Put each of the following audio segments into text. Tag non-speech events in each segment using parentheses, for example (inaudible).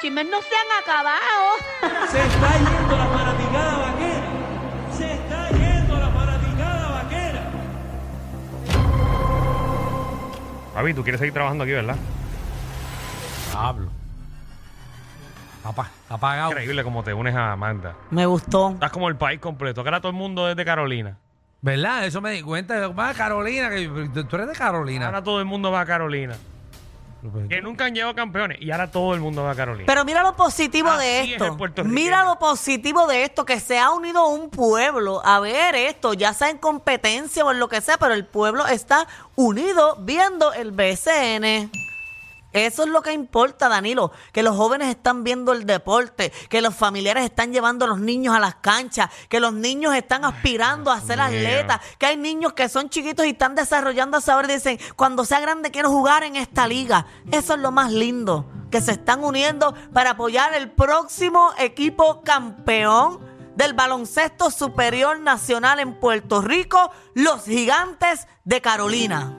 chismes no se han acabado. Se está yendo la fanaticada vaquera. Se está yendo la fanaticada vaquera. Papi, tú quieres seguir trabajando aquí, ¿verdad? Pablo. Papá, está apagado. Increíble cómo te unes a Amanda. Me gustó. Estás como el país completo. Que era todo el mundo desde Carolina. ¿Verdad? Eso me di cuenta. Yo, "Ah, Carolina, que tú- tú eres de Carolina. Ahora todo el mundo va a Carolina. Que nunca han llegado campeones. Y ahora todo el mundo va a Carolina. Pero mira lo positivo de Así es el esto. puertorriqueño. mira lo positivo de esto, que se ha unido un pueblo a ver esto, ya sea en competencia o en lo que sea, pero el pueblo está unido viendo el BCN. Eso es lo que importa, Danilo, que los jóvenes están viendo el deporte, que los familiares están llevando a los niños a las canchas, que los niños están aspirando a ser mío. atletas, que hay niños que son chiquitos y están desarrollando a saber, dicen, cuando sea grande quiero jugar en esta liga. Eso es lo más lindo, que se están uniendo para apoyar el próximo equipo campeón del baloncesto superior nacional en Puerto Rico, los gigantes de Carolina.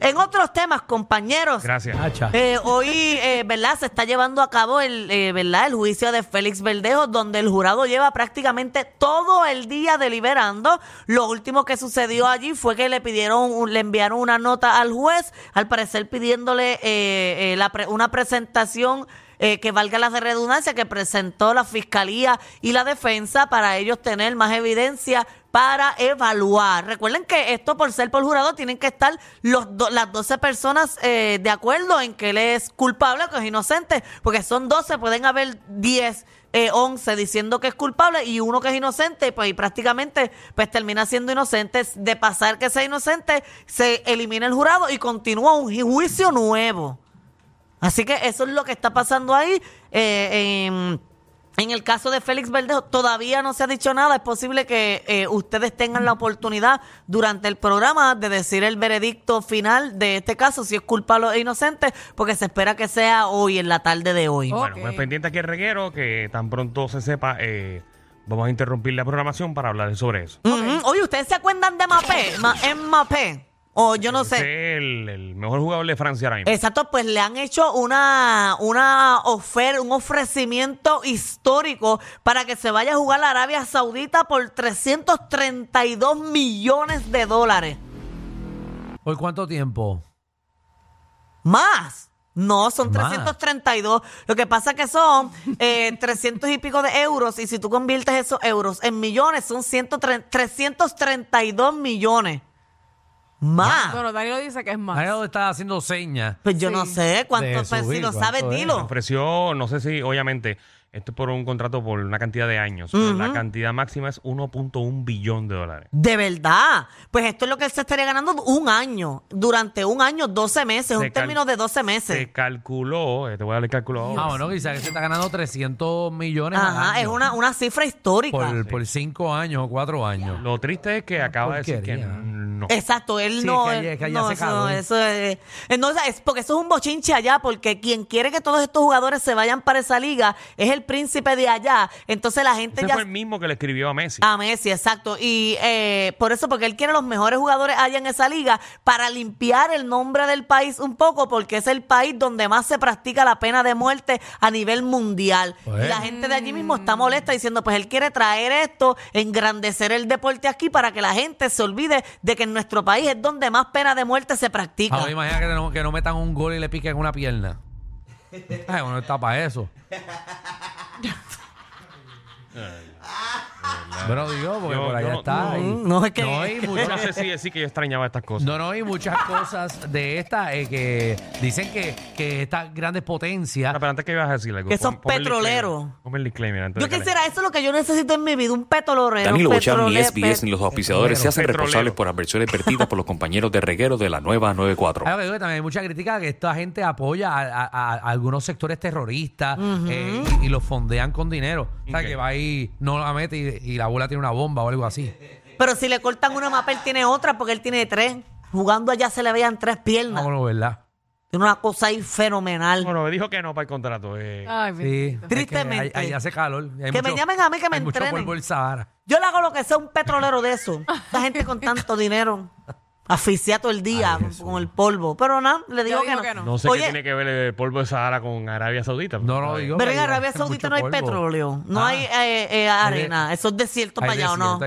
En otros temas, compañeros, Gracias. Hacha. eh, hoy, eh, ¿verdad? Se está llevando a cabo el, eh, ¿verdad? El juicio de Félix Verdejo, donde el jurado lleva prácticamente todo el día deliberando. Lo último que sucedió allí fue que le pidieron, un- le enviaron una nota al juez, al parecer pidiéndole eh, eh, la pre- una presentación. eh, que valga la redundancia que presentó la fiscalía y la defensa para ellos tener más evidencia para evaluar. Recuerden que esto por ser por jurado tienen que estar los do- las 12 personas eh, de acuerdo en que él es culpable o que es inocente, porque son 12, pueden haber 10, eh, 11 diciendo que es culpable y uno que es inocente, pues y prácticamente pues termina siendo inocente. De pasar que sea inocente, se elimina el jurado y continúa un ju- juicio nuevo. Así que eso es lo que está pasando ahí. Eh, en, en el caso de Félix Verdejo todavía no se ha dicho nada. Es posible que eh, ustedes tengan la oportunidad durante el programa de decir el veredicto final de este caso, si es culpable o inocente, porque se espera que sea hoy, en la tarde de hoy. Bueno, pues pendiente aquí el reguero, que tan pronto se sepa, eh, vamos a interrumpir la programación para hablar sobre eso. Ujú. Oye, ¿ustedes se acuerdan de Mapé? Ma- en Mapé. O yo no sé. Este es el, el mejor jugador de Francia ahora mismo. Exacto, pues le han hecho una, una oferta, un ofrecimiento histórico para que se vaya a jugar a Arabia Saudita por 332 millones de dólares. ¿Por cuánto tiempo? Más. No, son Más. 332. Lo que pasa que son eh, 300 y pico de euros y si tú conviertes esos euros en millones, son 130 332 millones. Más. Bueno, Danilo dice que es más. Mario está haciendo señas. Pues yo no Sí. sé De cuánto, pues, si subir, lo ¿cuánto sabes, es? dilo. Ofreció, no sé si, obviamente, esto es por un contrato por una cantidad de años. pero La cantidad máxima es 1.1 billón de dólares. De verdad. Pues esto es lo que él se estaría ganando un año. Durante un año, 12 meses. Se un cal- término de 12 meses. Se calculó, eh, te voy a dar el cálculo ahora. Ah, bueno, quizás que se está ganando 300 millones. al Ajá, es año. una, una cifra histórica. Por, por cinco años o cuatro años. Lo triste es que acaba de decir que porquería. no. Exacto, él Sí, no. es que allá- él- es que allá no, se eso, cagó. eso es, eh, entonces, es porque eso es un bochinche allá, porque quien quiere que todos estos jugadores se vayan para esa liga es el príncipe de allá. Entonces la gente Ese ya Ah, fue el mismo que le escribió a Messi. A Messi, exacto. Y eh, por eso, porque él quiere los mejores jugadores allá en esa liga para limpiar el nombre del país un poco, porque es el país donde más se practica la pena de muerte a nivel mundial. Pues. Y la gente de allí mismo está molesta diciendo, pues él quiere traer esto, engrandecer el deporte aquí para que la gente se olvide de que en nuestro país es donde más pena de muerte se practica. Ahora imagina Ah, que no, que no metan un gol y le piquen una pierna. Ay, uno está para eso. Bueno, digo, porque Yo- por allá yo no- está. y- Mm, no, es que- no, y Yo no muchas, sé si decir que yo extrañaba estas cosas. no, no, y muchas cosas de estas eh, que dicen que, que estas grandes Ah, potencias. pero antes que ibas a decir algo. Que sos pon- ponme el disclaimer. petrolero. Ponme el disclaimer antes Yo de que le- quisiera, eso es lo que yo necesito en mi vida, un petrolero. Danilo Bocham, ni petrolero, SBS, ni los auspiciadores se hacen Petrolero. responsables por adversiones vertidas por los compañeros de reguero de la nueva 94. Ah, pero también hay mucha crítica que esta gente apoya a, a- a- a algunos sectores terroristas eh, y, y los fondean con dinero. O sea, Ok. que va ahí, no la mete y, y la bola tiene una bomba o algo así. Pero si le cortan una mapa, él tiene otra porque él tiene tres. Jugando allá se le veían tres piernas. Vámonos, ¿verdad? Tiene una cosa ahí fenomenal. Bueno, me dijo que no para el contrato. eh. Ay, Sí. bendito. Tristemente. Es que ahí- ahí hace calor. y hay Que me llamen a mí que me hay mucho entrenen. polvo del Sahara. Yo le hago lo que sea un petrolero de eso. La gente con tanto dinero. asfixia todo el día con, con el polvo. Pero nada, le digo dijo que no. que no. No sé Oye, qué tiene que ver el polvo de Sahara con Arabia Saudita. No, no, digo. Pero que en hay- Arabia hay Saudita mucho no hay polvo. petróleo, no Ah, hay eh, eh, arena, eso es desierto hay para allá, ¿o no? desierto,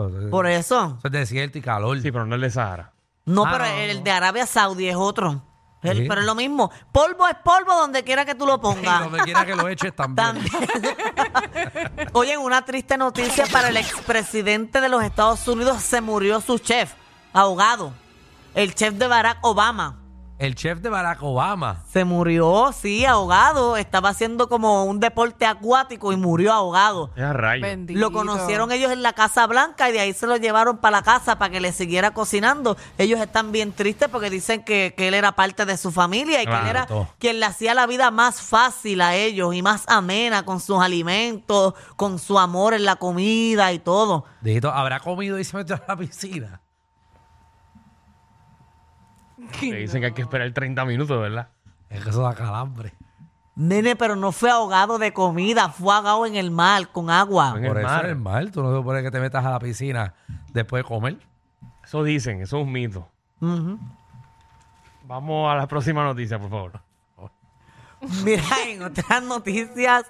Hay desierto. Por eso. Eso es desierto y calor. Sí, pero no el de Sahara. No, Ah, pero no, no, el no. de Arabia Saudí es otro. El- Sí. Pero es lo mismo. Polvo es polvo donde quiera (laughs) que tú lo Y pongas. donde quiera que lo eches también. (laughs) También. Oye, una triste noticia para el expresidente de los Estados Unidos. Se murió su chef, ahogado. El chef de Barack Obama. El chef de Barack Obama. Se murió, sí, ahogado. Estaba haciendo como un deporte acuático y murió ahogado. Es a rayo. Bendito. Lo conocieron ellos en la Casa Blanca y de ahí se lo llevaron para la casa para que le siguiera cocinando. Ellos están bien tristes porque dicen que, que él era parte de su familia y que él Claro, era todo. quien le hacía la vida más fácil a ellos y más amena con sus alimentos, con su amor en la comida y todo. Dijito, habrá comido y se metió a la piscina. Le dicen que hay que esperar 30 minutos, ¿verdad? Es que eso da calambre. Nene, pero no fue ahogado de comida, fue ahogado en el mar con agua. En el Por eso mar. es el mal. Tú no se supone que te metas a la piscina después de comer. Eso dicen, eso es un mito. Ujú. Vamos a la próxima noticia, por favor. (laughs) Mira, en otras noticias,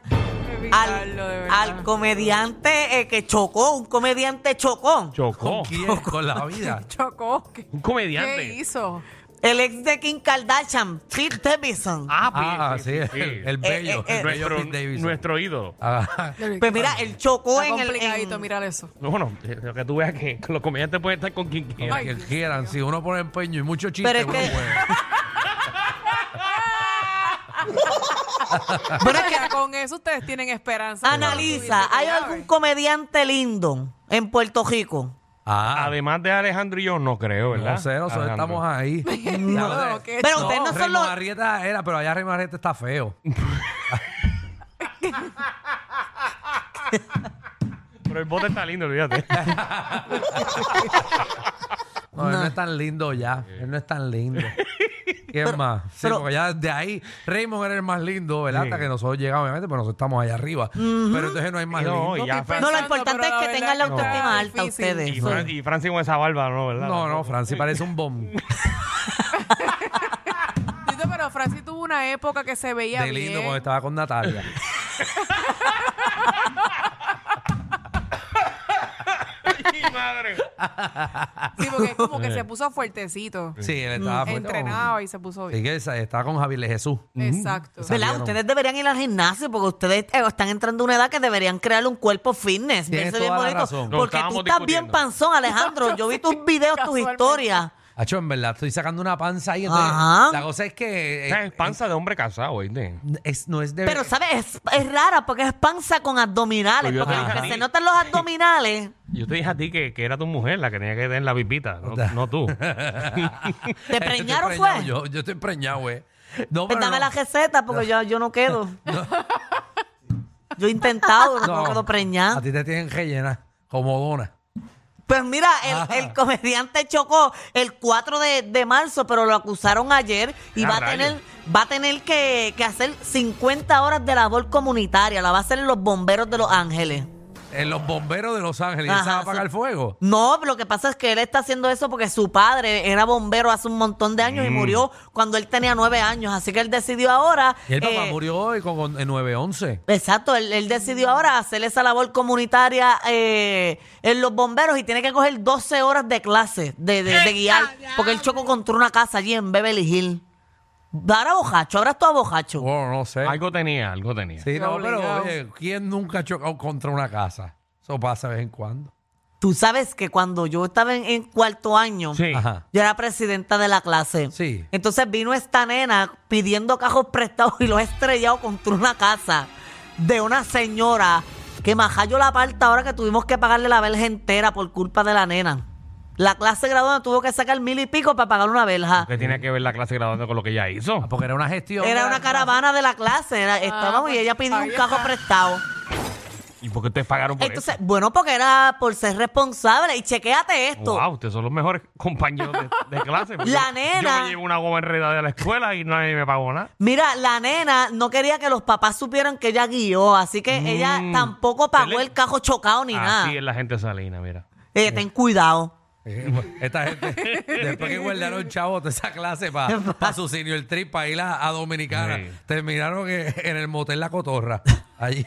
al, al comediante eh, que chocó, un comediante chocó. Chocó. ¿Quién? Con la vida. Chocó. ¿Qué, Un qué comediante. hizo? El ex de Kim Kardashian, Pete Davidson. Ah, sí, El, el bello. Eh, eh, eh. el bello nuestro, Pete Davidson. Ah, nuestro ídolo. (laughs) Ajá. Pues mira, él chocó Está en el. en- Mm. complicadito mirar eso. Bueno, eh, que tú veas que los comediantes pueden estar con quien Con quieran. quien quieran. Si uno pone empeño y mucho chiste, Pero es uno que- (laughs) puede. Bueno, que con eso ustedes tienen esperanza. Analiza, ¿hay algún comediante lindo en Puerto Rico? Ah, Además de Alejandro y yo, no creo, ¿verdad? no sé, nosotros Alejandro. estamos (laughs) ahí. No, que Pero no. ustedes no son Raymond los. Arrieta era, pero allá Raymond Arrieta está feo. Pero el bote está lindo, olvídate. No, él no es tan lindo ya. Él no es tan (laughs) lindo. ¿Quién más? Sí, pero- porque ya de ahí Raymond era el más lindo, ¿verdad? Hasta que nosotros llegamos, obviamente, pero nosotros estamos allá arriba. Pero entonces no hay (laughs) más No, lindo. y ya Estoy Fran- No, lo pensando, importante es pero que tengan la verdad está autoestima alta difícil. ustedes. y, Fran- y Francis con esa barba, ¿no? ¿Verdad? No, no, (laughs) Francis parece un (laughs) bomb. Ah. Tito, pero Francis tuvo una época que se veía de lindo bien. cuando estaba con Natalia. ¡Ay, madre! Eh, Sí, porque es (laughs) como que se puso fuertecito. Sí, él estaba fuerte. Entrenaba y se puso Sí, bien. que esa- estaba con Javier de Jesús. Exacto. Exacto. ¿Verdad? salieron. Ustedes deberían ir al gimnasio porque ustedes eh, están entrando a una edad que deberían crear un cuerpo fitness. Tienes verse toda bien la bonito. razón. Lo Porque tú estábamos estás bien discutiendo. panzón, Alejandro. Yo vi tus videos, tus Casualmente. historias. Hacho, en verdad, estoy sacando una panza ahí. entonces, Ajá. la cosa es que. eh, Esa es panza de hombre casado, ¿oíste? es- no es de. (laughs) Pero, ¿sabes? Es, es rara porque es panza con abdominales. Pues yo Porque te dije aunque a ti. se notan los abdominales, Yo te dije a ti que, que era tu mujer la que tenía que tener la pipita, (laughs) no, no tú. ¿te Yo estoy preñaron preñado, fue? Yo, yo estoy preñado, eh. No, Pues pero dame no. la receta porque yo, yo (laughs) no quedo. Yo he intentado, no, No. quedo A preñada. ti te tienen que llenar como dona. Pues mira, Ah. el, el comediante chocó el 4 de, de marzo, pero lo acusaron ayer y Ah, va a rayos. tener, va a tener que, que hacer 50 horas de labor comunitaria. La va a hacer en los bomberos de Los Ángeles. En los bomberos de Los Ángeles. ¿Y Ajá, se va a sí. apagar el fuego? No, lo que pasa es que él está haciendo eso porque su padre era bombero hace un montón de Mm. años y murió cuando él tenía nueve años. Así que él decidió ahora. Y el papá eh, murió hoy con, con- en 911. Exacto, él, él decidió ahora hacer esa labor comunitaria eh, en los bomberos y tiene que coger 12 horas de clase de, de- de guiar, porque él chocó contra una casa allí en Beverly Hill. Ahora bojacho, ahora es todo bojacho. Bueno, no sé. algo tenía, algo tenía. Sí, no, pero Obligado. oye, ¿quién nunca ha chocado contra una casa? Eso pasa de vez en cuando. Tú sabes que cuando yo estaba en, en cuarto año, Sí. Ajá. yo era presidenta de la clase. Sí. Entonces vino esta nena pidiendo cajos prestados y los ha estrellado contra una casa de una señora que majayo la parta ahora que tuvimos que pagarle la verja entera por culpa de la nena. La clase graduada tuvo que sacar mil y pico para pagar una verja. Que tiene que ver la clase graduando con lo que ella hizo. Ah, Porque era una gestión. Era una caravana de la clase, era- estábamos y pues, ella pidió ahí un cajo está. prestado. ¿Y por qué ustedes pagaron por Entonces, bueno, porque era por ser responsable. Y chequéate eso? esto. Wow, ustedes son los mejores compañeros de, de clase. porque La yo- nena. Yo me llevo una goma enredada de la escuela y nadie me pagó nada. Mira, la nena no quería que los papás supieran que ella guió, así que ella tampoco pagó Dele. el cajo chocado ni nada. Así es la gente salina, mira. Eh, ten cuidado. Eh, Esta (laughs) gente, después que guardaron chavos de esa clase para su senior trip, para ir a, a Dominicana, Sí. terminaron en, en el motel La Cotorra. Allí.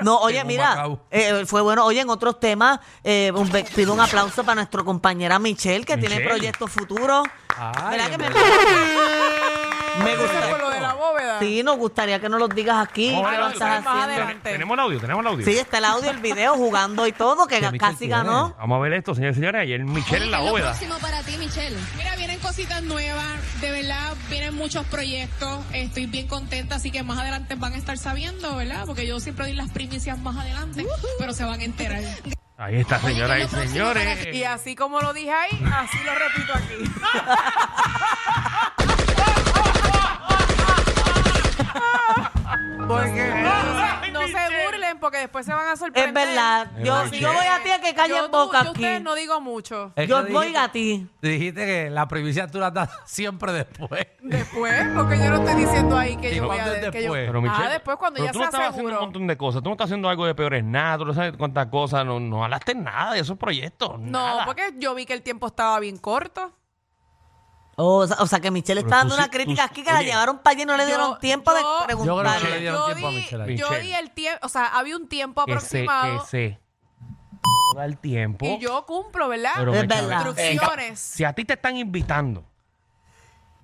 No, oye, Llegó mira, Macao. eh, fue bueno. Oye, en otros temas, eh, un- be- pido un aplauso para nuestra compañera Michelle, que tiene Michelle. proyectos futuros. Ay, ¿Verdad que me, me Eso gusta? por lo de la bóveda. Sí, nos gustaría que nos los digas aquí. Vamos a qué ver lo el audio. estás más haciendo. adelante. Ten- Tenemos el audio, tenemos el audio. Sí, está el audio, el video, jugando y todo, que Que ga- Michelle casi quiere. ganó. Vamos a ver esto, señores y señores. Ayer Michelle en la Oye, ¿qué es lo bóveda. próximo para ti, Michelle? Mira, vienen cositas nuevas, de verdad, vienen muchos proyectos, estoy bien contenta, así que más adelante van a estar sabiendo, ¿verdad? Porque yo siempre doy las primicias más adelante, pero se van a enterar. Ahí está, Oye, ¿qué es señoras y lo próximo señores. para Y así como lo dije ahí, así lo repito aquí. (laughs) Porque no, se- no se burlen porque después se van a sorprender. Es verdad. Yo, Michelle. yo voy a ti a que calle Pues, eh, Yo en tú- boca yo a aquí. ustedes no digo mucho. Es que Yo dijiste- voy a ti. Dijiste que la primicia tú la das siempre después. Después, porque yo no estoy diciendo ahí que ¿Y yo voy a... cuándo es de- que yo- después? Pero Michelle, ah, después cuando pero ya tú se no estabas haciendo aseguró. un montón de cosas. Tú no estás haciendo algo de peores nada. Tú no sabes cuántas cosas. No, no hablaste nada de esos proyectos. No, nada. porque yo vi que el tiempo estaba bien corto. Oh, o, sea, o sea, que Michelle Pero está tú dando una sí- tú crítica sí- aquí que la oye. llevaron para allí y no le dieron Yo- tiempo de yo- Yo creo que no le preguntarle. dieron Yo tiempo a vi, Michelle ahí. yo Michelle. vi el tiempo, o sea, había un tiempo Que se, aproximado. que se. Joda el tiempo. Y yo cumplo, ¿verdad? Pero Es me cabe- verdad. Instrucciones. Si a ti te están invitando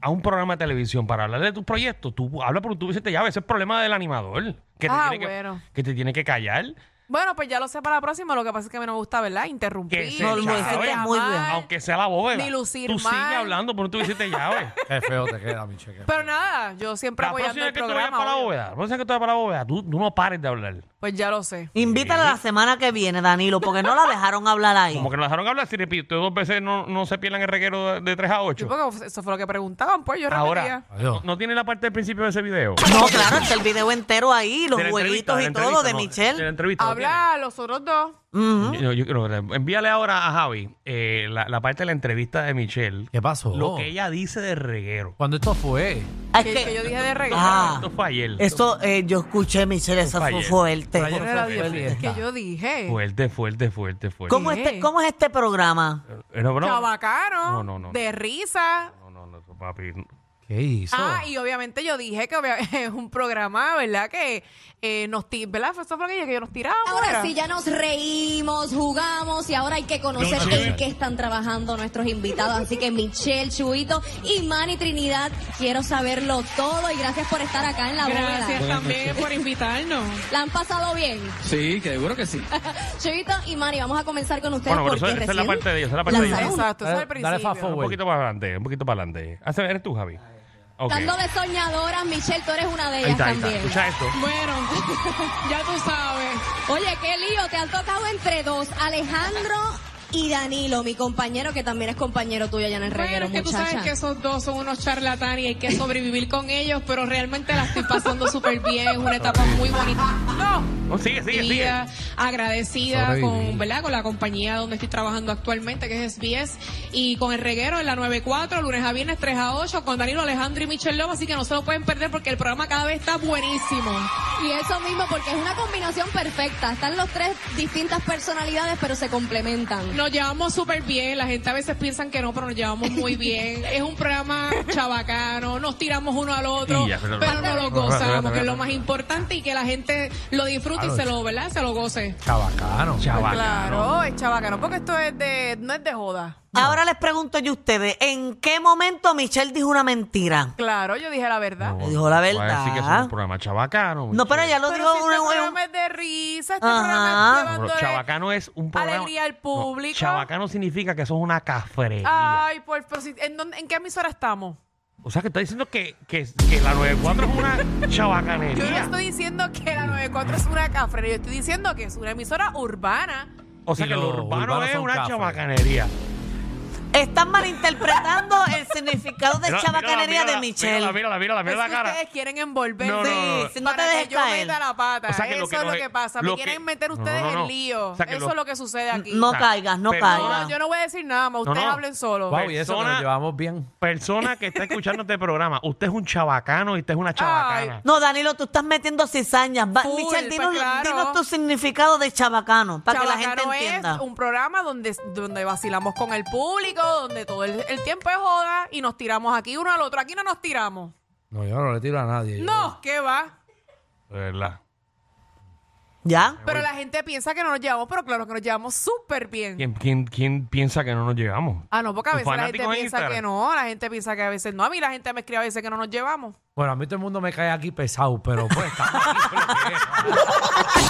a un programa de televisión para hablar de tus proyectos, tú hablas por un tubo y se te llave. Ese es el problema del animador. Que te, Ah, tiene, bueno. que, que te tiene que callar. Bueno, pues ya lo sé para la próxima. Lo que pasa es que a mí no me gusta, ¿verdad? Que Interrumpir. se No, lo chave, hiciste llamar. muy bien. Aunque sea la bóveda. Ni lucir Tú mal. sigue hablando por un tubo y se te (laughs) llave. Qué feo te queda, Michelle. qué feo. Pero nada, yo siempre La apoyando próxima el vez que tú vayas programa. para la obvio. bóveda, la próxima vez que tú vayas para la bóveda, tú, tú no pares de hablar. Pues ya lo sé. Invítala la semana que viene, Danilo, porque no la dejaron hablar ahí. Como que nos dejaron hablar, si repito dos veces no, no se pierdan el reguero de, 3 a Yo 8. porque eso fue lo que preguntaban, pues yo repetía. Ahora, Adiós. ¿no tiene la parte del principio de ese video? No, claro, está el video entero ahí, los De la entrevista, jueguitos de la y entrevista, no, todo de De la Michelle. entrevista. ¿lo tiene? Habla a los otros dos. Ujú. Yo- yo creo que- envíale ahora a Javi eh, la, la parte de la entrevista de Michelle. ¿Qué pasó? Lo que ella dice de reguero. ¿Cuándo esto fue? Ah, es Que, que- que yo dije de reggaetón. ah, Esto fue ayer. eso eh, yo escuché, Michelle, eso fue ayer. fuerte. Pero ayer era fue día fuerte. fiesta. que yo dije. Fuerte, fuerte, fuerte, fuerte. ¿Cómo, ¿Qué? este, ¿Cómo es este programa? Eh, no, no, Chabacano. No, no, no. De risa. no, no, no, papi. ¿Qué hizo? Ah, y obviamente yo dije que obvia- (laughs) es un programa, ¿verdad? Que eh, nos ti- ¿verdad? Eso fue lo que dije, que nos tiramos. Ahora ¿verdad? sí, ya nos reímos, jugamos y ahora hay que conocer Michelle. en qué están trabajando nuestros invitados. Así que Michelle, Chuito y Manny Trinidad, quiero saberlo todo y gracias por estar acá en la Gracias bóveda. también por invitarnos. ¿La han pasado bien? Sí, (laughs) que seguro que sí. Chuito y Manny, vamos a comenzar con ustedes Bueno, pero porque eso- esa es la recién parte de ellos, esa es la parte de ellos. lanzaron Exacto, eso es Dale- el principio. dale fast Un forward. poquito para adelante, un poquito para adelante. Ah, ¿Eres tú, Javi? Ok. Hablando de soñadoras, Michelle, tú eres una de Ahí ellas está, ahí está. también. Escucha esto. Bueno, ya tú sabes. Oye, qué lío, te han tocado entre dos, Alejandro y Danilo, mi compañero que también es compañero tuyo allá en el Bueno, reguero, es que tú sabes muchacha. que esos dos son unos charlatanes y hay que sobrevivir con ellos, pero realmente la estoy pasando súper bien, es una etapa muy bonita. No, Oh, sigue, sigue, sigue. agradecida, agradecida Sobrevivir. con, ¿verdad? con la compañía donde estoy trabajando actualmente, que es SBS, y con el reguero en la 94, lunes a viernes 3 a 8, con Danilo Alejandro y Michelle Lobo, así que no se lo pueden perder porque el programa cada vez está buenísimo. Y eso mismo, porque es una combinación perfecta. Están los tres distintas personalidades, pero se complementan. Nos llevamos súper bien, la gente a veces piensan que no, pero nos llevamos muy (laughs) bien. es un programa chabacano, nos tiramos uno al otro, Y ya, pero- pero, no lo gozamos, que es lo más importante y que la gente lo disfrute y se lo, ¿verdad? Se lo goce. Chabacano. Chaval. Claro, es chabacano, porque esto es de, no es de joda. Ah. Ahora les pregunto yo a ustedes, ¿en qué momento Michelle dijo una mentira? Claro, yo dije la verdad. Me dijo la Voy a decir verdad. que eso es un programa chabacano. No, pero ella lo Pero dijo si en- este en- programa es de risa, este Ajá. programa es Pero llevándole- Chabacano es un programa. Alegría al No, público. chabacano significa que eso es una cafrería. Ay, por, pero si- ¿en, dónde- en qué emisora estamos? O sea, que está diciendo que, que, que la 94 es una Yo no chabacanería. estoy diciendo que la 94 es una cafrería, yo estoy diciendo que es una emisora urbana. O sea, Y que lo los urbano urbanos es son una cafres. chabacanería. Están malinterpretando (laughs) el significado de Mírala, chabacanería mírala, de Michelle. Mírala, mírala, mírala, mírala la Es que cara. ustedes quieren envolverse No, no, no. Sí, sí, no te para dejes que yo caer. meta la pata. O sea, que Eso lo que es lo nos- que pasa. lo Me que- quieren meter No, ustedes no, no. en lío. O sea, que Eso lo- es lo que sucede aquí. No sea, caigas, no perdona, caigas. No, yo no voy a decir nada más. Ustedes no. hablen solos. Wow, y eso que Persona- nos llevamos bien. Persona que está escuchando este programa, usted es un chabacano y usted es una chabacana. No, Danilo, tú estás metiendo cizañas. Va- Full, Michelle, pues dinos, claro. dinos tu significado de chabacano para que la Chabacano gente entienda. es un programa donde, donde vacilamos con el público, donde todo el, el tiempo es joda y nos tiramos aquí uno al otro. Aquí no nos tiramos. No, yo no le tiro a nadie. yo- No, ¿qué va? De verdad. ¿Ya? Pero la gente piensa que no nos llevamos, pero claro que nos llevamos súper bien. ¿Quién, quién, quién piensa que no nos (laughs) llegamos? Ah, no, porque a Tus veces la gente fanáticos en piensa que Instagram. no, la gente piensa que a veces no. A mí la gente me escribe a veces que no nos llevamos. Bueno, a mí todo el mundo me cae aquí pesado, pero pues estamos aquí con lo que es.